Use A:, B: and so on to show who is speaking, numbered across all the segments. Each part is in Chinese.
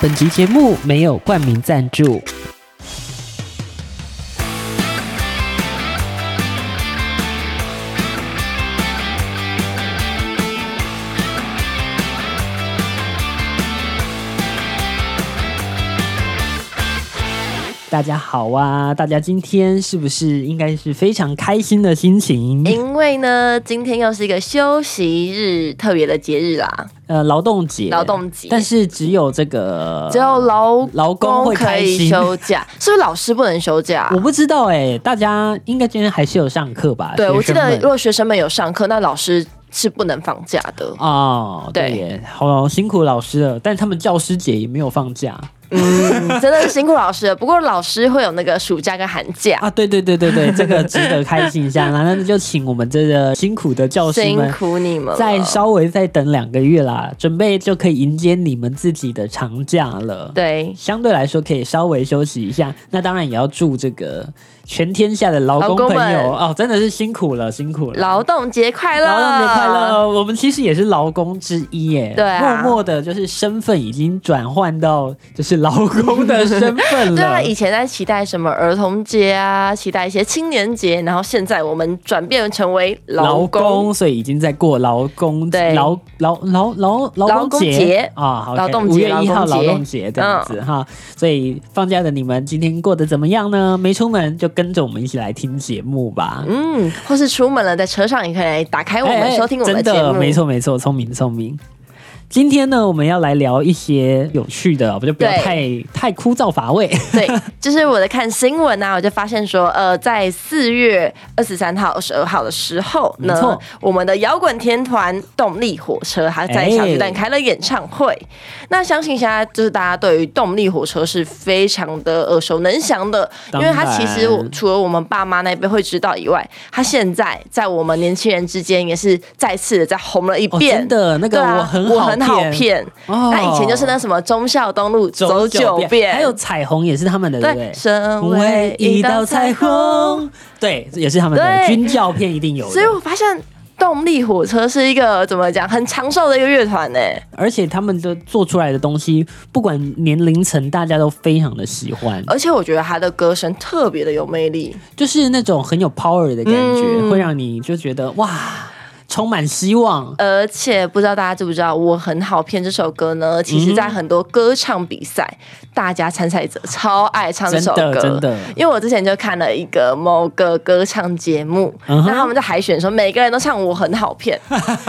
A: 本集节目没有冠名赞助。大家好啊！大家今天是不是应该是非常开心的心情？
B: 因为呢，今天又是一个休息日，特别的节日啦，
A: 呃，劳动节，
B: 劳动节
A: 但是只有这个，
B: 只有劳
A: 呃劳工会
B: 可
A: 开
B: 以
A: 心
B: 休假，是不是老师不能休假
A: 我？不知道哎、大家应该今天还是有上课吧？
B: 对，
A: 学
B: 我记
A: 生
B: 得
A: 们
B: 如果学生们有上课，那老师是不能放假的。
A: 哦，对
B: 对
A: 耶，好辛苦老师了，但他们教师节也没有放假
B: 嗯，真的是辛苦老师了。不过老师会有那个暑假跟寒假，
A: 啊！对对对对对，这个值得开心一下。 那那就请我们这个辛苦的教师
B: 辛
A: 们
B: 苦你们了。
A: 再稍微再等两个月啦，准备就可以迎接你们自己的长假了。
B: 对
A: 相对来说可以稍微休息一下，那当然也要祝这个全天下的劳
B: 劳
A: 工
B: 工
A: 朋
B: 们
A: 友哦，真的是辛苦了，辛苦了，
B: 劳动节快乐，
A: 劳动节快！乐！我们其实也是劳工之一耶，
B: 对啊
A: 默默的就是身份已经转换到就是劳工的身份
B: 对
A: 了
B: 啊，。以前在期待什么儿童节啊，期待一些青年节，然后现在我们转变成为
A: 劳
B: 劳工
A: 工，所以已经在过劳工
B: 对
A: 劳劳劳劳劳
B: 劳
A: 工
B: 工
A: 节
B: 节
A: 啊，好，
B: 劳动
A: 五
B: 节
A: 月一号劳
B: 劳动节
A: 动节
B: 嗯
A: 这样子哈。所以放假的你们今天过得怎么样呢？没出门就跟着我们一起来听节目吧。
B: 嗯，或是出门了，在车上也可以来打开我
A: 哎
B: 们
A: 哎
B: 收听我们
A: 真
B: 节目，
A: 的没。错没错，聪明聪明。今天呢，我们要来聊一些有趣的，我就不要
B: 对
A: 太太枯燥乏味。
B: 对，就是我在看新闻啊，我就发现说，呃，在四月二十三号、二十二号的时候
A: 没
B: 呢
A: 错，
B: 我们的摇滚天团动力火车还在小巨蛋开了演唱会。那相信现在就是大家对于动力火车是非常的耳熟能详的，因为它
A: 当然
B: 其实我除了我们爸妈那一辈会知道以外，它现在在我们年轻人之间也是再次的再红了一
A: 哦
B: 遍。
A: 真的那个
B: 对啊，
A: 我很
B: 我
A: 好
B: 很好
A: 骗
B: 骗。
A: 哦
B: 那以前就是那什么忠孝东路走九遍，
A: 还有彩虹也是他们的，对不
B: 对，
A: 对？
B: 身为一道彩虹。，
A: 对，这也是他们的
B: 对
A: 军教片一定有的
B: 所以。我发现动力火车是一个怎么讲很长寿的一个乐团呢？
A: 而且他们的做出来的东西，不管年龄层，大家都非常的喜欢，
B: 而且我觉得他的歌声特别的有魅力，
A: 就是那种很有 power 的感觉，
B: 嗯
A: 会让你就觉得哇，充满希望。
B: 而且不知道大家知不知道，我很好骗这首歌呢。其实，在很多歌唱比赛，大家参赛者超爱唱这
A: 真
B: 首
A: 的
B: 歌，
A: 真的，
B: 因为我之前就看了一个某个歌唱节目，
A: 嗯哼
B: 那他们在海选的时候，每个人都唱《我很好 骗》，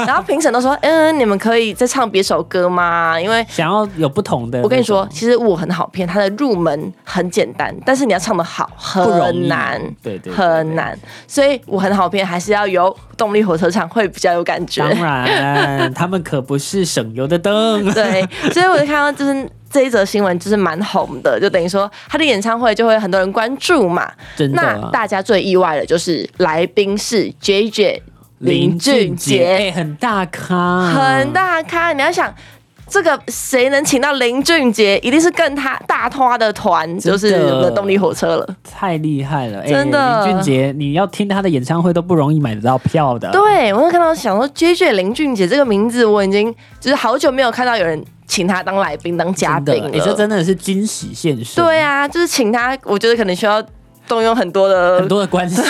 B: 然后评审都说：“嗯，你们可以再唱别首歌吗？”因为
A: 想要有不同的。
B: 我跟你说，，其实《我很好骗》它的入门很简单，但是你要唱的好
A: 不容易
B: 很难，
A: 对对对
B: 很难。所以《我很好骗》还是要由动力火车唱会比较有感觉
A: 当。然，他们可不是省油的灯。
B: 对，所以我就看到就是。这一则新闻就是蛮红的，就等于说他的演唱会就会很多人关注嘛。
A: 真的
B: 那大家最意外的就是来宾是 J J 林俊杰，嗯
A: 哎、很大咖，
B: 很。大咖。你要想，这个谁能请到林俊杰，一定是跟他大拖的团，
A: 真的
B: 就是我们的动力火车了。
A: 太厉害了！哎
B: 真的
A: 林俊杰，你要听他的演唱会都不容易买得到票的。，
B: 对，我就看到想说 J J 林俊杰这个名字，我已经就是好久没有看到有人请他当来宾、当嘉
A: 真
B: 宾
A: 的，
B: 了。
A: 哎，这真的是惊喜现身。
B: 对啊，就是请他，我觉得可能需要动用很多的，
A: 很多的关系，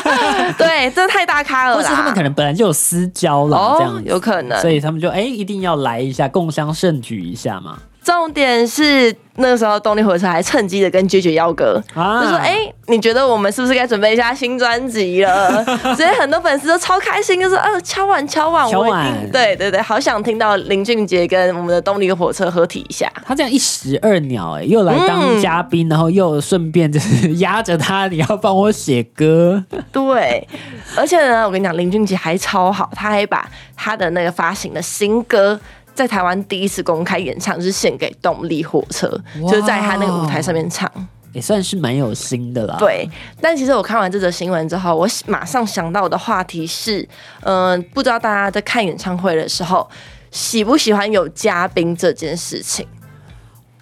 B: 对，真的太大咖了
A: 或
B: 啦。
A: 是他们可能本来就有私交了，这样
B: 哦
A: 子，
B: 有可能
A: 所。以他们就哎、一定要来一下，共襄盛举一下嘛。
B: 重点是那个时候动力火车还趁机的跟 J J 邀歌，
A: 啊
B: 就说：“哎、你觉得我们是不是该准备一下新专 辑了？”所以很多粉丝都超开心，就说：“呃，敲碗敲碗，
A: 敲
B: 我一
A: 碗
B: 定对对对，好想听到林俊杰跟我们的动力火车合体一下。
A: 他这样一石二鸟、哎，又来当嘉宾，然后又顺便就是压着他，你要帮我写歌，”
B: 对，而且呢，我跟你讲，林俊杰还超好，他还把他的那个发行的新歌。在台湾第一次公开演唱，就是献给动力火车，
A: 哇
B: 就是在他那个舞台上面唱。
A: 也、算是蛮有心的啦。，
B: 对，但其实我看完这则新闻之后，我马上想到的话题是，嗯、不知道大家在看演唱会的时候，喜不喜欢有嘉宾这件事情？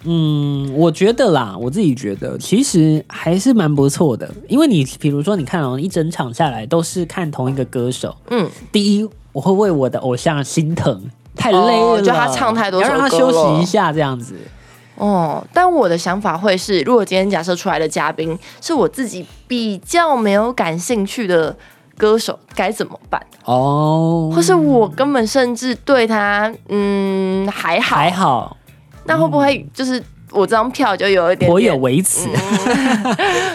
A: 嗯，我觉得啦，我自己觉得其实还是蛮不错的，因为你比如说，你看哦，一整场下来都是看同一个歌手，
B: 嗯，
A: 第一，我会为我的偶像心疼，太累了，
B: 哦就他唱太多
A: 要
B: 首
A: 让他
B: 歌
A: 休息
B: 了
A: 一下这样子。
B: 哦，但我的想法会是，如果今天假设出来的嘉宾是我自己比较没有感兴趣的歌手，该怎么办？
A: 哦，
B: 或是我根本甚至对他，嗯，还好，
A: 还好，
B: 那会不会就是我这张票就有一点点嗯
A: 颇有微词，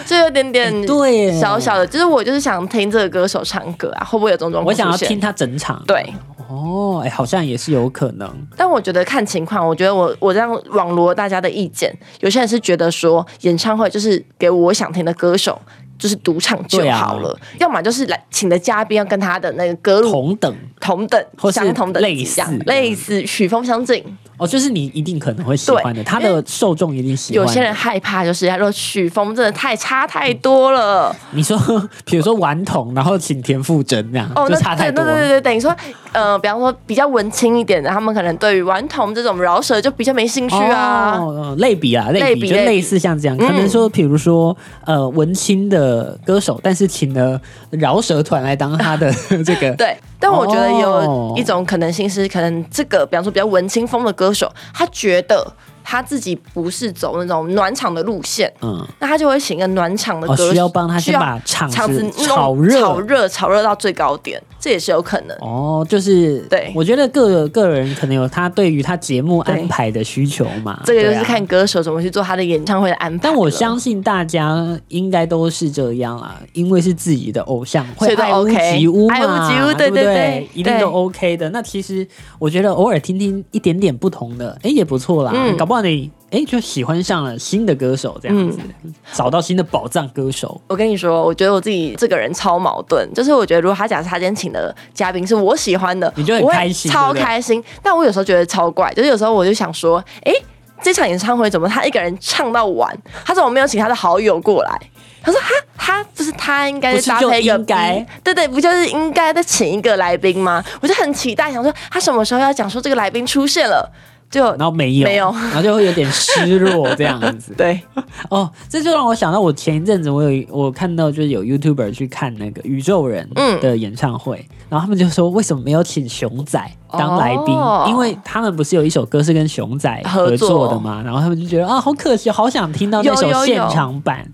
B: 就有点点
A: 对耶
B: 小小的，就是我就是想听这个歌手唱歌啊，会不会有这种状
A: 我
B: 况出现？
A: 想要听他整场。
B: 对，
A: 哦，哎、好像也是有可能。
B: 但我觉得看情况，我觉得我我这样网罗大家的意见，有些人是觉得说演唱会就是给我想听的歌手。就是独唱就
A: 对啊
B: 好了，要么就是来请的嘉宾要跟他的那个歌路
A: 同等
B: 同等、
A: 或是
B: 相同等级
A: 类似
B: 这样类嗯似曲风相近。
A: 哦，就是你一定可能会喜欢的，他
B: 因
A: 的受众一定喜
B: 有
A: 欢。
B: 些人，害怕，就是他说曲风真的太差太多了。
A: 你说，比如说顽童，然后请田馥甄这样，
B: 哦，
A: 就
B: 那
A: 差太多
B: 对
A: 了。
B: 对对对，等于说，呃，比方说比较文青一点的，他们可能对于顽童这种饶舌就比较没兴趣啊。
A: 哦，呃类比啊，类
B: 类
A: 比
B: 比
A: 就
B: 类比
A: 类似像这样，
B: 嗯
A: 可能说，比如说，呃，文青的歌手，但是请了饶舌团来当他的这个，
B: 对，但我觉得
A: 哦
B: 有一种可能性是，可能这个，比方说比较文青风的歌手，他觉得他自己不是走那种暖场的路线，
A: 嗯，
B: 那他就会请一个暖场的
A: 哦，
B: 歌手，
A: 需要帮他先
B: 需要
A: 把场
B: 场子
A: 子
B: 弄
A: 炒
B: 炒
A: 热。
B: 热、炒热到最高点，这也是有可能。
A: 哦，就是
B: 对
A: 我觉得个个人可能有他对于他节目安排的需求嘛，
B: 这个就
A: 对
B: 是
A: 啊
B: 看歌手怎么去做他的演唱会的安排了。
A: 但我相信大家应该都是这样啦，因为是自己的偶像，
B: 所
A: 会
B: 以都
A: 爱屋
B: OK
A: 及乌嘛，
B: 爱屋及乌
A: 对
B: 对
A: 不
B: 对对
A: 一定
B: 对
A: 都 OK 的。那其实我觉得偶尔听听一点点不同的，哎，也不错啦。
B: 嗯
A: 搞不好你哎就喜欢上了新的歌手，这样子、
B: 嗯
A: 找到新的宝藏歌手。
B: 我跟你说，我觉得我自己这个人超矛盾，就是我觉得如果他假设他今天请的嘉宾是我喜欢的，
A: 你就很
B: 我会
A: 开心
B: 超
A: 对不对
B: 开心。但我有时候觉得超怪，就是有时候我就想说，哎、这场演唱会怎么他一个人唱到完？他怎么没有请他的好友过来？他说哈，他不是他应该
A: 不是
B: 搭配一个
A: 就应该
B: B，对对，不就是应该再请一个来宾吗？我就很期待，想说他什么时候要讲说这个来宾出现了，就
A: 然后没有，
B: 没有
A: 然后就会有点失落这样 子。
B: 对，
A: 哦，这就让我想到，我前一阵子我有我看到就是有 YouTuber 去看那个宇宙人
B: 嗯
A: 的演唱会，然后他们就说为什么没有请熊仔当来宾？
B: 哦
A: 因为他们不是有一首歌是跟熊仔合
B: 合作
A: 作的嘛，然后他们就觉得啊好可惜，好想听到那
B: 有
A: 首
B: 有
A: 现
B: 有
A: 场版。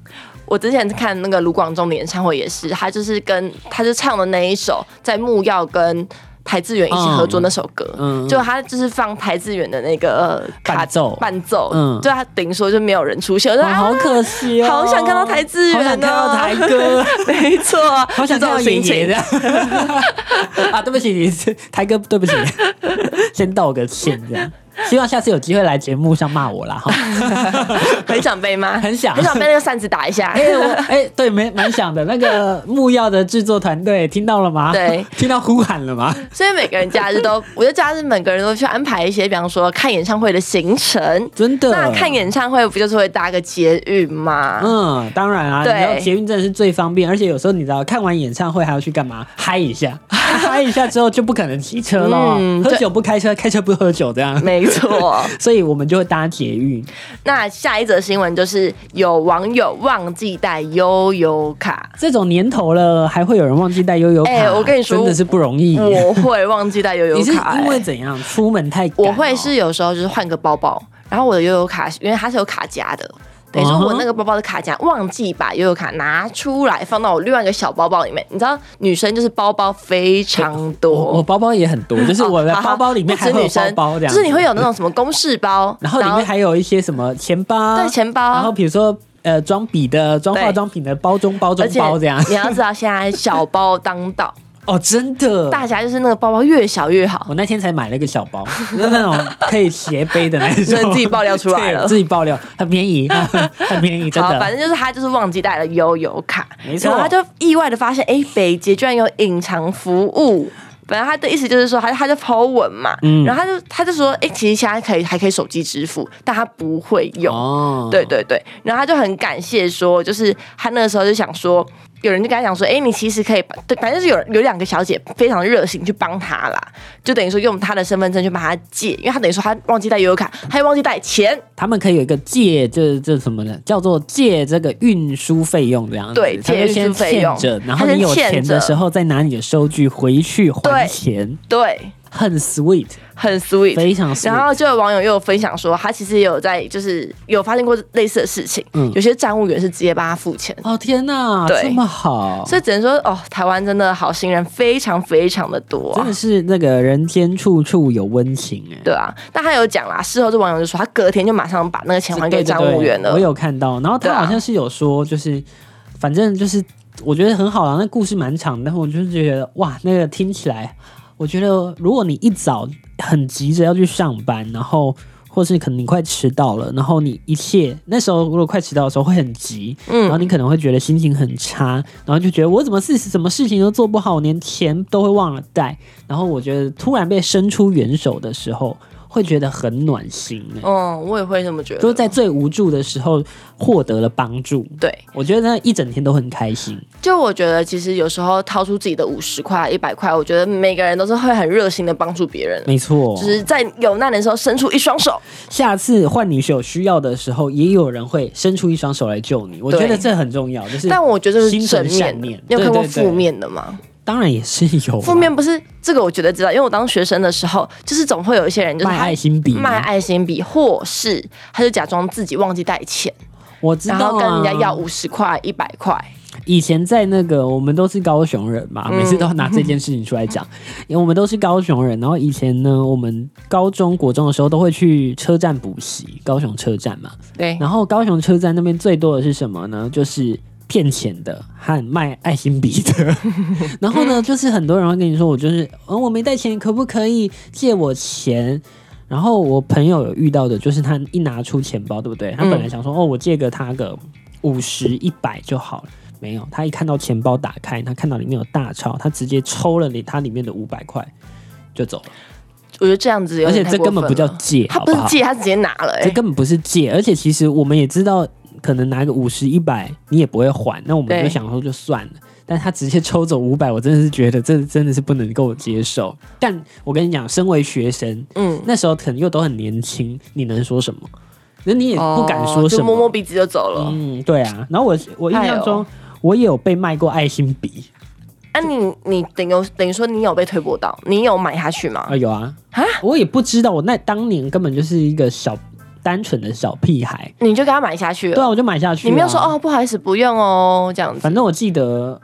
B: 我之前看那个卢广仲的演唱会也是，他就是跟他就唱的那一首，在木曜跟台志远一起合作那首歌，
A: 嗯嗯
B: 就他就是放台志远的那个呃卡
A: 伴奏
B: 伴奏，
A: 嗯
B: 就他等于说就没有人出现，我就、
A: 哇，好可惜哦，
B: 啊好想看到台资源
A: 好想看到
B: 哦
A: 台 哥。
B: 没错，
A: 好想看
B: 这种
A: 到爷
B: 心
A: 爷
B: 情
A: 的 啊！对不起，你是台哥，对不起，先道个歉，这样。希望下次有机会来节目上骂我啦，哈。
B: 很想被 骂，
A: 很想
B: 很想被那个扇子打一下
A: 哎、。我哎、对，没蛮想的。那个木曜的制作团队听到了吗？
B: 对，
A: 听到呼喊了 吗？
B: 所以每个人假日都，我觉得假日每个人都去安排一些，比方说看演唱会的行程。
A: 真的。
B: 那看演唱会不就是会搭个捷运吗？
A: 嗯，当然啊，你
B: 对
A: 知道捷运真的是最方便，而且有时候你知道看完演唱会还要去干嘛？嗨一 下，嗨一下之后就不可能骑车了、
B: 嗯
A: 喝
B: 对
A: 酒不开车，开车不喝酒这样，
B: 没错。
A: 所以我们就会搭捷运。
B: 那下一则新闻就是有网友忘记带悠游卡，
A: 这种年头了，还会有人忘记带悠悠卡？
B: 哎我跟你说
A: 真的是不容易。
B: 我会忘记带悠
A: 嗯
B: 游
A: 你是
B: 卡、
A: 因为
B: 欸
A: 怎样出门太赶哦、
B: 我会是有时候就是换个包包，然后我的悠游卡因为它是有卡夹的。等于说，我
A: 嗯
B: 那个包包的卡夹忘记把悠游卡拿出来，放到我另外一个小包包里面。你知道，女生就是包包非常
A: 我我
B: 多，啊
A: 包包也很多，哦就是我的
B: 哦好好
A: 包包里面
B: 不
A: 还
B: 止
A: 会有
B: 女
A: 包
B: 生
A: 包这
B: 就
A: 样，
B: 是你会有那种什么公事 包，
A: 然后里面还有一些什么钱包，
B: 对钱包
A: 然后比如说呃装笔的、装化妆品的包中包中
B: 而且
A: 包这样。
B: 你要知道，现在小包当道，
A: 哦，真的。
B: 大家就是那个包包越小越好。
A: 我那天才买了一个小包，就是那种可以斜背的那种，
B: 所以自己爆料出来了
A: 对自己爆料很便宜， 很便宜，真
B: 好，
A: 的。
B: 反正就是他就是忘记带了悠游卡，
A: 没错
B: 然后他就意外的发现，哎、北捷居然有隐藏服务。本来他的意思就是说，他他就 Po 文嘛，
A: 嗯
B: 然后他就他就说，哎、其实现在可以还可以手机支付，但他不会用。
A: 哦，
B: 对对对，然后他就很感谢说，就是他那个时候就想说，有人就跟他讲说，哎，你其实可以把，对，反正就是有人有两个小姐非常热心去帮他啦，就等于说用他的身份证去帮他借，因为他等于说他忘记带悠游卡，他又忘记带钱，
A: 他们可以有一个借，这这什么呢？叫做借这个运输费用这样子。
B: 对
A: 他
B: 借
A: 就
B: 运
A: 先
B: 输费
A: 欠
B: 用
A: 着，然后
B: 他
A: 你
B: 先
A: 有
B: 欠
A: 钱的
B: 着
A: 时候再拿你的收据回去还
B: 对
A: 钱。
B: 对，
A: 很 sweet，
B: 很 sweet，
A: 非常 sweet。
B: 然后就有网友又有分享说，他其实也有在，就是有发生过类似的事情。
A: 嗯
B: 有些站务员是直接帮他付钱，
A: 哦天哪，
B: 对
A: 这么好，
B: 所以只能说哦，台湾真的好心人非常非常的多、
A: 真
B: 啊
A: 的。是那个人间处处有温情哎、
B: 对啊，但他有讲啦，事后这网友就说，他隔天就马上把那个钱还给
A: 对对
B: 站
A: 对
B: 务员了
A: 我。有看到，然后
B: 对
A: 他
B: 啊
A: 好像是有说，就是、呃反正就是我觉得很好啦，啊那故事蛮长，但我就是觉得哇，那个听起来，我觉得如果你一早很急着要去上班，然后。或是可能你快迟到了，然后你一切那时候如果快迟到的时候会很急，然后
B: 嗯，
A: 你可能会觉得心情很差，然后就觉得我怎么事什么事情都做不好，我连钱都会忘了带。然后我觉得突然被伸出援手的时候，会觉得很暖心、欸，
B: 嗯，我也会这么觉
A: 就是
B: 得。
A: 在最无助的时候获得了帮助。
B: 对，
A: 我觉得那一整天都很开心，
B: 就我觉得其实有时候掏出自己的五十块、一百块，我觉得每个人都是会很热心的帮助别人，
A: 没错。
B: 就是在有难的时候伸出一双手。
A: 下次换你有需要的时候，也有人会伸出一双手来救你。我
B: 对
A: 觉得这很重要，就是
B: 但我觉得这
A: 心
B: 是
A: 存
B: 正面
A: 善
B: 的
A: 念，
B: 你有看过
A: 对对对
B: 负面的吗？
A: 当然也是有啊啦
B: 负面不是这个，我觉得知道，因为我当学生的时候，就是总会有一些人就是
A: 卖
B: 他
A: 爱心笔吗，
B: 卖爱心笔，或是他就假装自己忘记带钱，
A: 我知道、
B: 然
A: 啊、
B: 后跟人家要五十块、一百块。
A: 以前在那个，我们都是高雄人嘛，
B: 嗯
A: 每次都要拿这件事情出来 讲，因为我们都是高雄人。然后以前呢，我们高中国中的时候都会去车站补习，高雄车站嘛。
B: 对，
A: 然后高雄车站那边最多的是什么呢？就是骗钱的和卖爱心笔 的。然后呢，就是很多人会跟你说，我就是，嗯，我没带钱，可不可以借我钱？然后我朋友有遇到的，就是他一拿出钱包，对不对？他本来想
B: 嗯
A: 说，哦，我借个他个五十、一百就好了。没有，他一看到钱包打开，他看到里面有大钞，他直接抽了里他里面的五百块就走了。
B: 我觉得这样子有
A: 而且
B: 点
A: 这
B: 太过
A: 根本
B: 分了。
A: 不叫借，
B: 他
A: 好
B: 不
A: 不
B: 是
A: 好？
B: 借，他直接拿了、
A: 这
B: 欸。
A: 根本不是借，而且其实我们也知道，可能拿个五十、一百，你也不会还，那我们就
B: 对
A: 想说就算了。但他直接抽走五百，我真的是觉得这真的是不能够接受。但我跟你讲，身为学生，
B: 嗯，
A: 那时候可能又都很年轻，你能说什么？那你也不敢说
B: 哦
A: 什
B: 就
A: 么。
B: 摸摸鼻子就走了。
A: 嗯，对啊。然后我我印
B: 哎
A: 象
B: 呦
A: 中，我也有被卖过爱心笔
B: 啊你，你等于等于说你有被推波到，你有买下去吗？
A: 啊，有啊
B: 啊，
A: 我也不知道，我那当年根本就是一个小单纯的小屁孩，
B: 你就给他买下去
A: 对
B: 了。
A: 啊，我就买下去、啊。
B: 你没有说哦，不好意思，不用哦，这样子。
A: 反正我记得，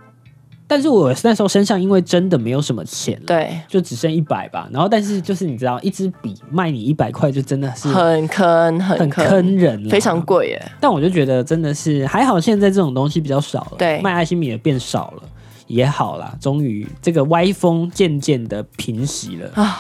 A: 但是我那时候身上因为真的没有什么钱了，
B: 对，
A: 就只剩一百吧。然后但是就是你知道，一支笔卖你一百块，就真的是
B: 很坑，
A: 很
B: 很坑，
A: 坑人了，
B: 非常。贵耶。
A: 但我就觉得真的是还好，现在这种东西比较少了，
B: 对
A: 卖爱心笔也变少了。也好啦，终于这个歪风渐渐的平息了。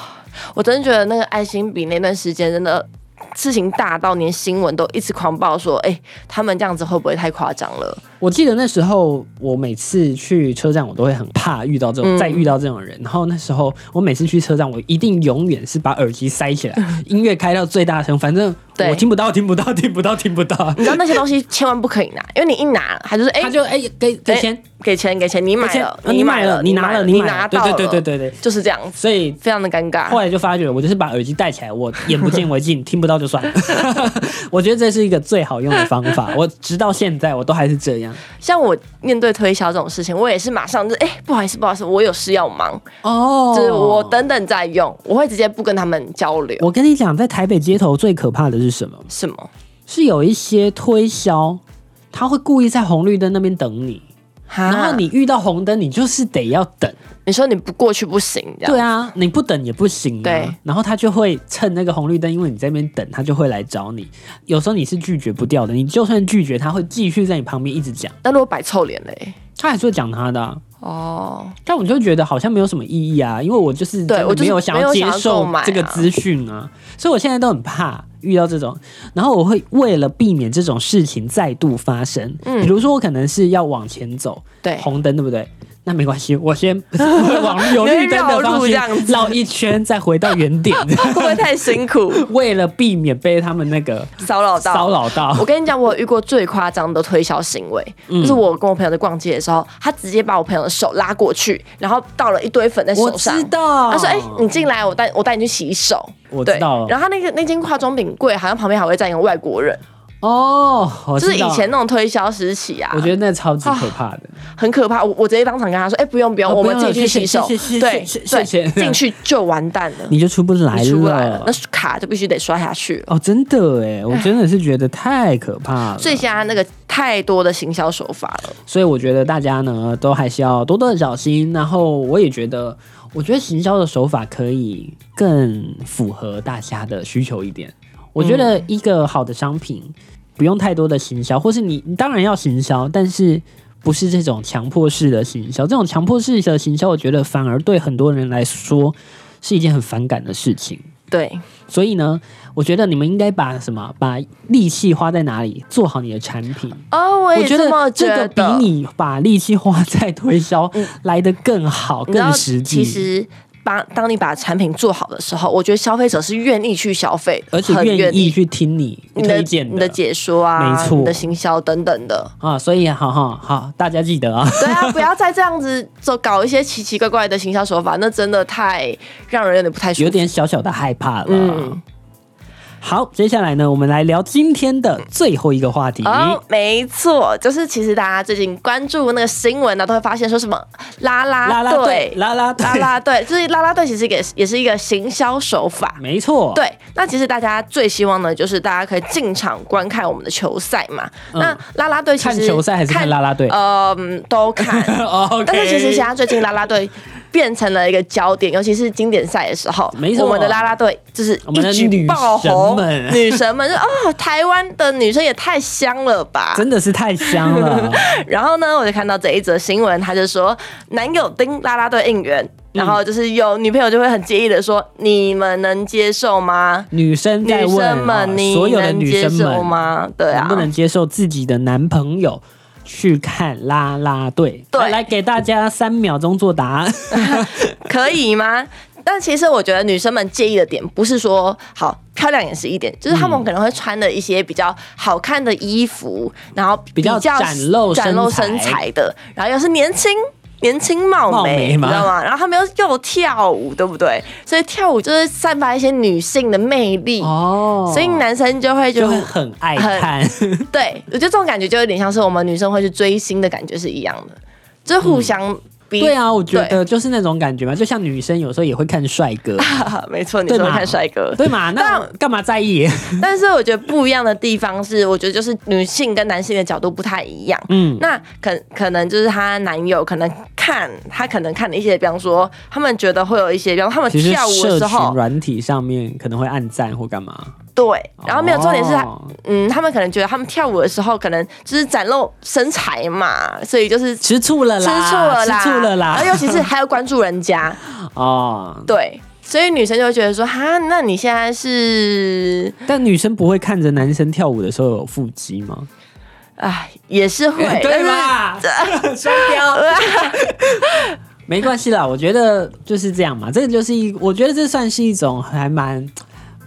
B: 我真的觉得那个爱心笔那段时间真的事情大到连新闻都一直狂报说，哎、他们这样子会不会太夸张了？
A: 我记得那时候，我每次去车站，我都会很怕遇到这种、
B: 嗯
A: 再遇到这种人。然后那时候，我每次去车站，我一定永远是把耳机塞起 来，音乐开到最大声，反正
B: 对
A: 我听不到，听不到，听不到，听不到
B: 你。知道那些东西千万不可以拿，因为你一拿，他就是哎、
A: 他就哎、给给
B: 哎
A: 钱，
B: 给钱给钱，你
A: 给
B: 买
A: 钱
B: 了，，
A: 啊你买了，你拿
B: 买
A: 了，
B: 你
A: 买
B: 拿
A: 了，
B: 到了，
A: 对对对对对对。
B: 就是这样子，
A: 所以
B: 非常的尴尬
A: 后。来就发觉，我就是把耳机戴起来，我眼不见为净，听不到就算 了。我觉得这是一个最好用的方法。我直到现在，我都还是这样。
B: 像我面对推销这种事情，我也是马上就是哎、不好意思不好意思，我有事要忙，
A: 哦
B: 就是我等等再用，我会直接不跟他们交流。
A: 我跟你讲，在台北街头最可怕的是什么？
B: 什么？
A: 是有一些推销，他会故意在红绿灯那边等你，
B: 然
A: 然后你遇到红灯，你就是得要等。
B: 你说你不过去不行，这样
A: 对啊，你不等也不行、啊。
B: 对，
A: 然后他就会趁那个红绿灯，因为你在那边等，他就会来找你。有时候你是拒绝不掉的，你就算拒绝，他会继续在你旁边一直讲，
B: 那如果摆臭脸嘞？
A: 他还是会讲他的啊、
B: 哦，
A: 但我就觉得好像没有什么意义啊，因为我就是
B: 对
A: 真的
B: 我就是
A: 没有想要
B: 没有
A: 接
B: 想要
A: 受
B: 购买啊
A: 这个资讯啊，所以我现在都很怕遇到这种，然后我会为了避免这种事情再度发生，比如说我可能是要往前走，
B: 嗯对
A: 红灯对不对？那没关系，我先 往有绿灯的
B: 你会绕
A: 方
B: 路这样
A: 向
B: 子
A: 绕一圈，再回到原点，
B: 会不会太辛苦？
A: 为了避免被他们那个
B: 骚扰到？
A: 骚扰到
B: 我。跟你讲，我有遇过最夸张的推销行为，
A: 嗯
B: 就是我跟我朋友在逛街的时候，他直接把我朋友的手拉过去，然后倒了一堆粉在
A: 我
B: 手
A: 知
B: 上。
A: 道，
B: 他说：“哎、你进来，我带我带你去洗手。”
A: 我
B: 对
A: 知道，
B: 然后他那个那间化妆品柜好像旁边还会站一个外国人，
A: 哦，我
B: 就是
A: 知道
B: 以前那种推销时期啊，
A: 我觉得那超级可怕的，
B: 很可怕。我我直接当场跟他说：“哎、不用不用，
A: 哦
B: 我们
A: 不
B: 自
A: 用
B: 己去洗手。
A: 谢谢谢谢
B: 对
A: 谢谢谢
B: 对，
A: 谢
B: 进去就完蛋了，
A: 你就出不来
B: 你出不来了
A: 了，
B: 那。卡就必须得刷下去了。
A: 哦，真的哎，我真的是觉得太可怕了。
B: 所以现在那个太多的行销手法了，
A: 所以我觉得大家呢，都还是要多多的小心。然后我也觉得，我觉得行销的手法可以更符合大家的需求一点。我觉
B: 嗯
A: 得一个好的商品，不用太多的行销，或是你你当然要行销，但是不是这种强迫式的行销。这种强迫式的行销，我觉得反而对很多人来说是一件很反感的事情。
B: 对，
A: 所以呢，我觉得你们应该把什么，把力气花在哪里，做好你的产品。
B: 哦，我
A: 我
B: 也
A: 觉
B: 这么
A: 得
B: 觉
A: 这
B: 得。嗯
A: 个比你把力气花在推销来的更好、
B: 你知道
A: 更实际，
B: 其实。把当你把产品做好的时候，我觉得消费者是愿意去消费，
A: 而且
B: 很
A: 愿意
B: 意
A: 去听你
B: 你的
A: 推荐
B: 你的解说啊，
A: 没错
B: 你的行销等等的。
A: 啊。所以，好好好，大家记得 啊。
B: 对啊，不要再这样子做搞一些奇奇怪怪的行销手法，那真的太让人有点不太舒服。
A: 有点小小的害怕了。
B: 嗯
A: 好，接下来呢，我们来聊今天的最后一个话题。
B: 哦，没错，就是其实大家最近关注那个新闻呢，都会发现说什么啦
A: 啦
B: 啦
A: 啦队
B: 队，、
A: 啦啦队，
B: 啦啦队，就是啦啦队其实也是也是一个行销手法。
A: 没错。，
B: 对，那其实大家最希望呢，就是大家可以进场观看我们的球赛嘛。那啦啦队
A: 嗯
B: 其
A: 看
B: 实
A: 球赛还是看啦啦队？
B: 呃，嗯都看。
A: 哦 OK
B: 但是其实现在最近啦啦队变成了一个焦点，尤其是经典赛的时候，
A: 没错
B: 我们的啦啦队就是
A: 我们的
B: 一举
A: 女
B: 爆红
A: 神，们
B: 女神们就啊、台湾的女生也太香了吧！
A: 真的是太香 了。
B: 然后呢，我就看到这一则新闻，他就说男友盯啦啦队应援，然后就是有女朋友就会很介意的说：“你们能接受吗？”
A: 女生在
B: 女
A: 问
B: 生
A: 啊
B: 们，你
A: 所有的
B: 能
A: 女
B: 接
A: 生
B: 受
A: 们
B: 吗？对啊
A: 能，不能接受自己的男朋友去看啦啦队？
B: 对
A: 来来给大家三秒钟做答 案。
B: 可以吗？但其实我觉得女生们介意的点不是说好漂亮也是一点，就是她们可能会穿的一些比较好看的衣服，然后
A: 比较展露
B: 展露
A: 身
B: 身
A: 材
B: 材的，然后又是年轻。年轻貌
A: 貌
B: 美，
A: 美
B: 你知
A: 吗
B: 道吗？然后她们又又跳舞，对不对？所以跳舞就是散发一些女性的魅力，
A: 哦
B: 所以男生就会觉
A: 就会
B: 得
A: 很爱 看，
B: 对，我觉得这种感觉就有点像是我们女生会去追星的感觉是一样的，就是互相比。
A: 对啊，我觉得就是那种感觉嘛，就像女生有时候也会看帅哥，
B: 啊， 没错，你说
A: 对嘛
B: 看帅哥，
A: 对嘛？那干嘛在 意？
B: 但是我觉得不一样的地方是，我觉得就是女性跟男性的角度不太一样。
A: 嗯，
B: 那可可能就是她男友可能看她可能看的一些，比方说他们觉得会有一些，比方说他们
A: 其实
B: 跳舞的
A: 社
B: 时
A: 群
B: 候，
A: 软体上面可能会暗赞或干嘛，
B: 对，然后没有重点是她，
A: 哦
B: 嗯，他们可能觉得他们跳舞的时候可能就是展露身材嘛，所以就是吃
A: 吃醋了
B: 醋
A: 啦，
B: 了啦，
A: 吃
B: 哎
A: 醋了啦
B: 然后，尤其是还要关注人家，
A: 哦，
B: 对，所以女生就会觉得说，哈，那你现在是
A: 但女生不会看着男生跳舞的时候有腹肌吗？
B: 哎，也 是会，但
A: 对
B: 是
A: 吧？ 双标。没关系啦，我觉得就是这样嘛。这个就是一，我觉得这算是一种还蛮，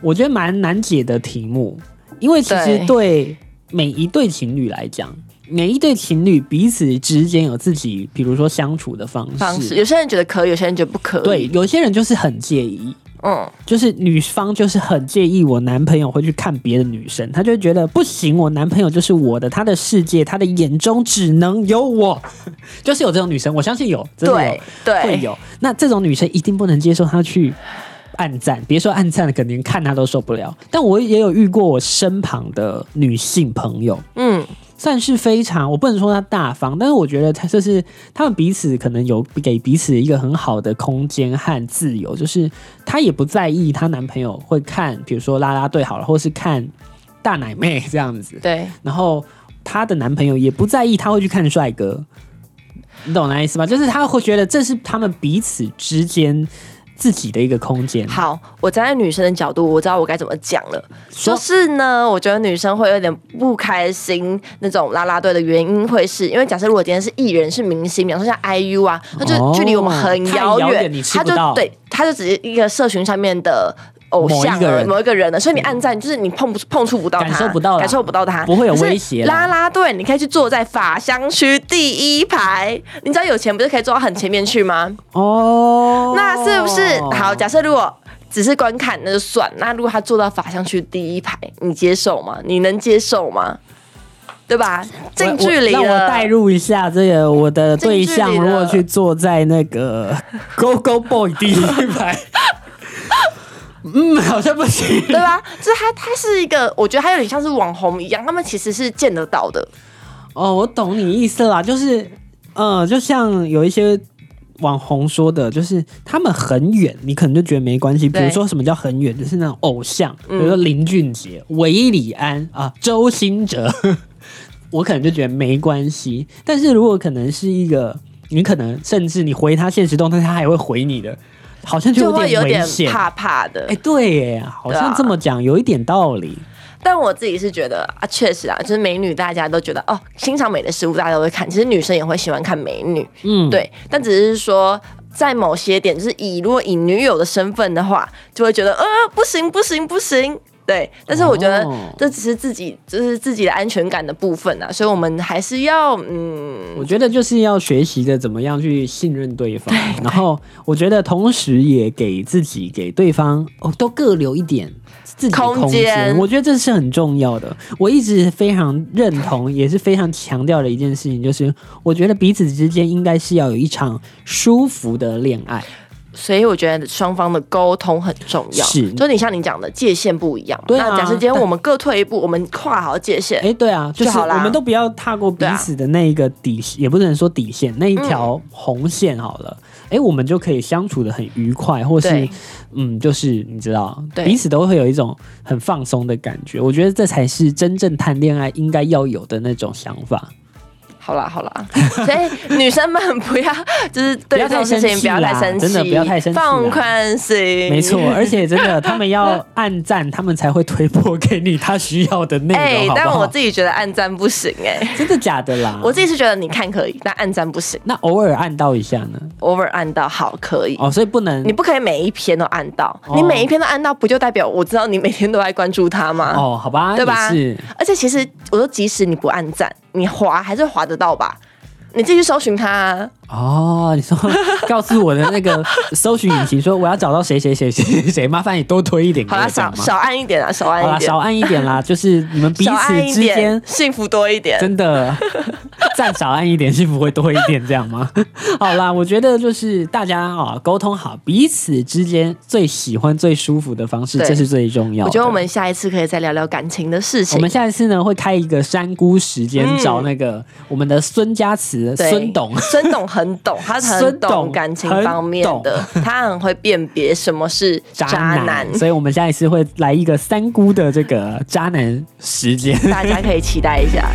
A: 我觉得蛮难解的题目，因为其实
B: 对
A: 对每一对情侣来讲，每一对情侣彼此之间有自己，比如说相处的方式。
B: 方式，有些人觉得可以，有些人觉得不可以。
A: 对，，有些人就是很介意，
B: 嗯，
A: 就是女方就是很介意我男朋友会去看别的女生，她就会觉得不行，我男朋友就是我的，他的世界，他的眼中只能有我， 就是有这种女生，我相信有，真的有
B: 对，对，
A: 会有。那这种女生一定不能接受她去暗赞，别说暗赞了，可能看她都受不了。但我也有遇过我身旁的女性朋友，
B: 嗯，
A: 算是非常，我不能说她大方，但是我觉得她就是他们彼此可能有给彼此一个很好的空间和自由，就是她也不在意她男朋友会看，比如说啦啦队好了，或是看大奶妹这样子，
B: 对，
A: 然后她的男朋友也不在意她会去看帅哥，你懂我那意思吗？就是她会觉得这是他们彼此之间自己的一个空间。
B: 好，我站在女生的角度，我知道我该怎么讲了。
A: 说
B: 就是呢，我觉得女生会有点不开心那种啦啦队的原因，会是因为假设如果今天是艺人是明星，比方说像 IU 啊，那就
A: 哦
B: 距离我们很
A: 太
B: 遥
A: 遥
B: 远，
A: 远你吃
B: 他
A: 不
B: 就
A: 到
B: 对，他就只是一个社群上面的。偶像
A: 某一个人
B: 某一个人的，所以你按赞就是你碰不碰触不到他，
A: 感受不到啦
B: 感受不到他，
A: 不会有
B: 可是
A: 威胁啦
B: 啦啦队，你可以去坐在法香区第一排，你知道有钱不是可以坐到很前面去吗？
A: 哦，
B: 那是不是好？假设如果只是观看那就算。那如果他坐到法相区第一排，你接受吗？你能接受吗？对吧？近距离
A: 我我让我
B: 了，
A: 代入一下这个我的对象，
B: 近距离
A: 如
B: 了
A: 果去坐在那 个 Go Go Boy 第一排，嗯，好像不行。
B: 对吧？就是他，他是一个，我觉得他有点像是网红一样，他们其实是见得到的。
A: 哦，我懂你意思啦，就是，呃，就像有一些网红说的，就是他们很远，你可能就觉得没关系。比
B: 对
A: 如说什么叫很远，就是那种偶像，比
B: 嗯
A: 如说林俊杰、韦礼安啊、周兴哲， 我可能就觉得没关系。但是如果可能是一个，你可能甚至你回他现实动态，他还会回你的，好像
B: 就会
A: 有
B: 有
A: 危
B: 点
A: 险。
B: 怕怕的。
A: 哎、对耶，好
B: 对
A: 像
B: 啊
A: 这么讲、有一点道理。
B: 但我自己是觉得啊，确实啊，就是美女，大家都觉得哦，欣赏美的事物大家都会看，其实女生也会喜欢看美女，
A: 嗯，
B: 对。但只是说，在某些点，就是以如果以女友的身份的话，就会觉得呃，不行不行不行，对。但是我觉得
A: 哦
B: 这只是自己，就是自己的安全感的部分啊，所以我们还是要嗯，
A: 我觉得就是要学习的怎么样去信任对方，然后我觉得同时也给自己给对方哦都各留一点自己的
B: 空
A: 空间，
B: 间
A: 我觉得这是很重要的。我一直非常认同，也是非常强调的一件事情，就是我觉得彼此之间应该是要有一场舒服的恋爱。
B: 所以我觉得双方的沟通很重要。
A: 是
B: 就你像你讲的界限不一样。
A: 对啊
B: 那假设今天
A: 但
B: 我们各退一步，我们跨好界限，
A: 哎，对啊，就是
B: 就好啦嗯
A: 我们都不要踏过彼此的那一个底，也不能说底线，那一条红线好了。哎，我们就可以相处的很愉快，或是
B: 嗯对
A: 嗯，就是你知道，
B: 对
A: 彼此都会有一种很放松的感觉。我觉得这才是真正谈恋爱应该要有的那种想法。
B: 好啦好啦，所以女生们不要就是
A: 不
B: 对
A: 要太
B: 这种
A: 生
B: 事
A: 气
B: 情不要太
A: 啦
B: 生气，
A: 真的不要太生气啦
B: 放宽心，
A: 没 错，而且真的，他们要按赞，他们才会推播给你他需要的内
B: 哎、
A: 容，好不
B: 但
A: 好？
B: 我自己觉得暗赞不行哎、
A: 真的假的啦？
B: 我自己是觉得你看可以，但暗赞不行
A: 那偶尔按到一下呢？
B: ，over 按到好可以。
A: 哦，所以不能
B: 你不可以每一篇都按到，
A: 哦
B: 你每一篇都按到，不就代表我知道你每天都在关注他吗？
A: 哦，好吧，
B: 对吧
A: 也是
B: 而且其实我说，即使你不按赞，你划还是划得到吧？你自己去搜寻他、啊，
A: 哦，你说告诉我的那 个搜寻引擎说我要找到谁谁谁谁谁谁，麻烦你多推一点给
B: 好
A: 我
B: 啦，
A: 这样
B: 少
A: 吗
B: 少按一点啊，少
A: 好
B: 按
A: 啦，
B: 一点，
A: 少按一点啦， 就是你们彼
B: 少
A: 此
B: 按一
A: 之间
B: 点，幸福多一点。
A: 真的赞少按一点，幸福会多一点，这样吗？ 好啦，我觉得就是大家啊沟通好，彼此之间最喜欢、最舒服的方式，
B: 对
A: 这是最重要的。
B: 我觉得我们下一次可以再聊聊感情的事情。
A: 我们下一次呢会开一个山姑时间，
B: 嗯
A: 找那个我们的孙家慈、
B: 对。
A: 孙董
B: 孙董很懂，他
A: 孙
B: 很
A: 董
B: 懂感情方面的，他很会辨别什么是
A: 渣
B: 渣
A: 男，
B: 男，
A: 所以我们下一次会来一个三姑的这个渣男时间。
B: 大家可以期待一下。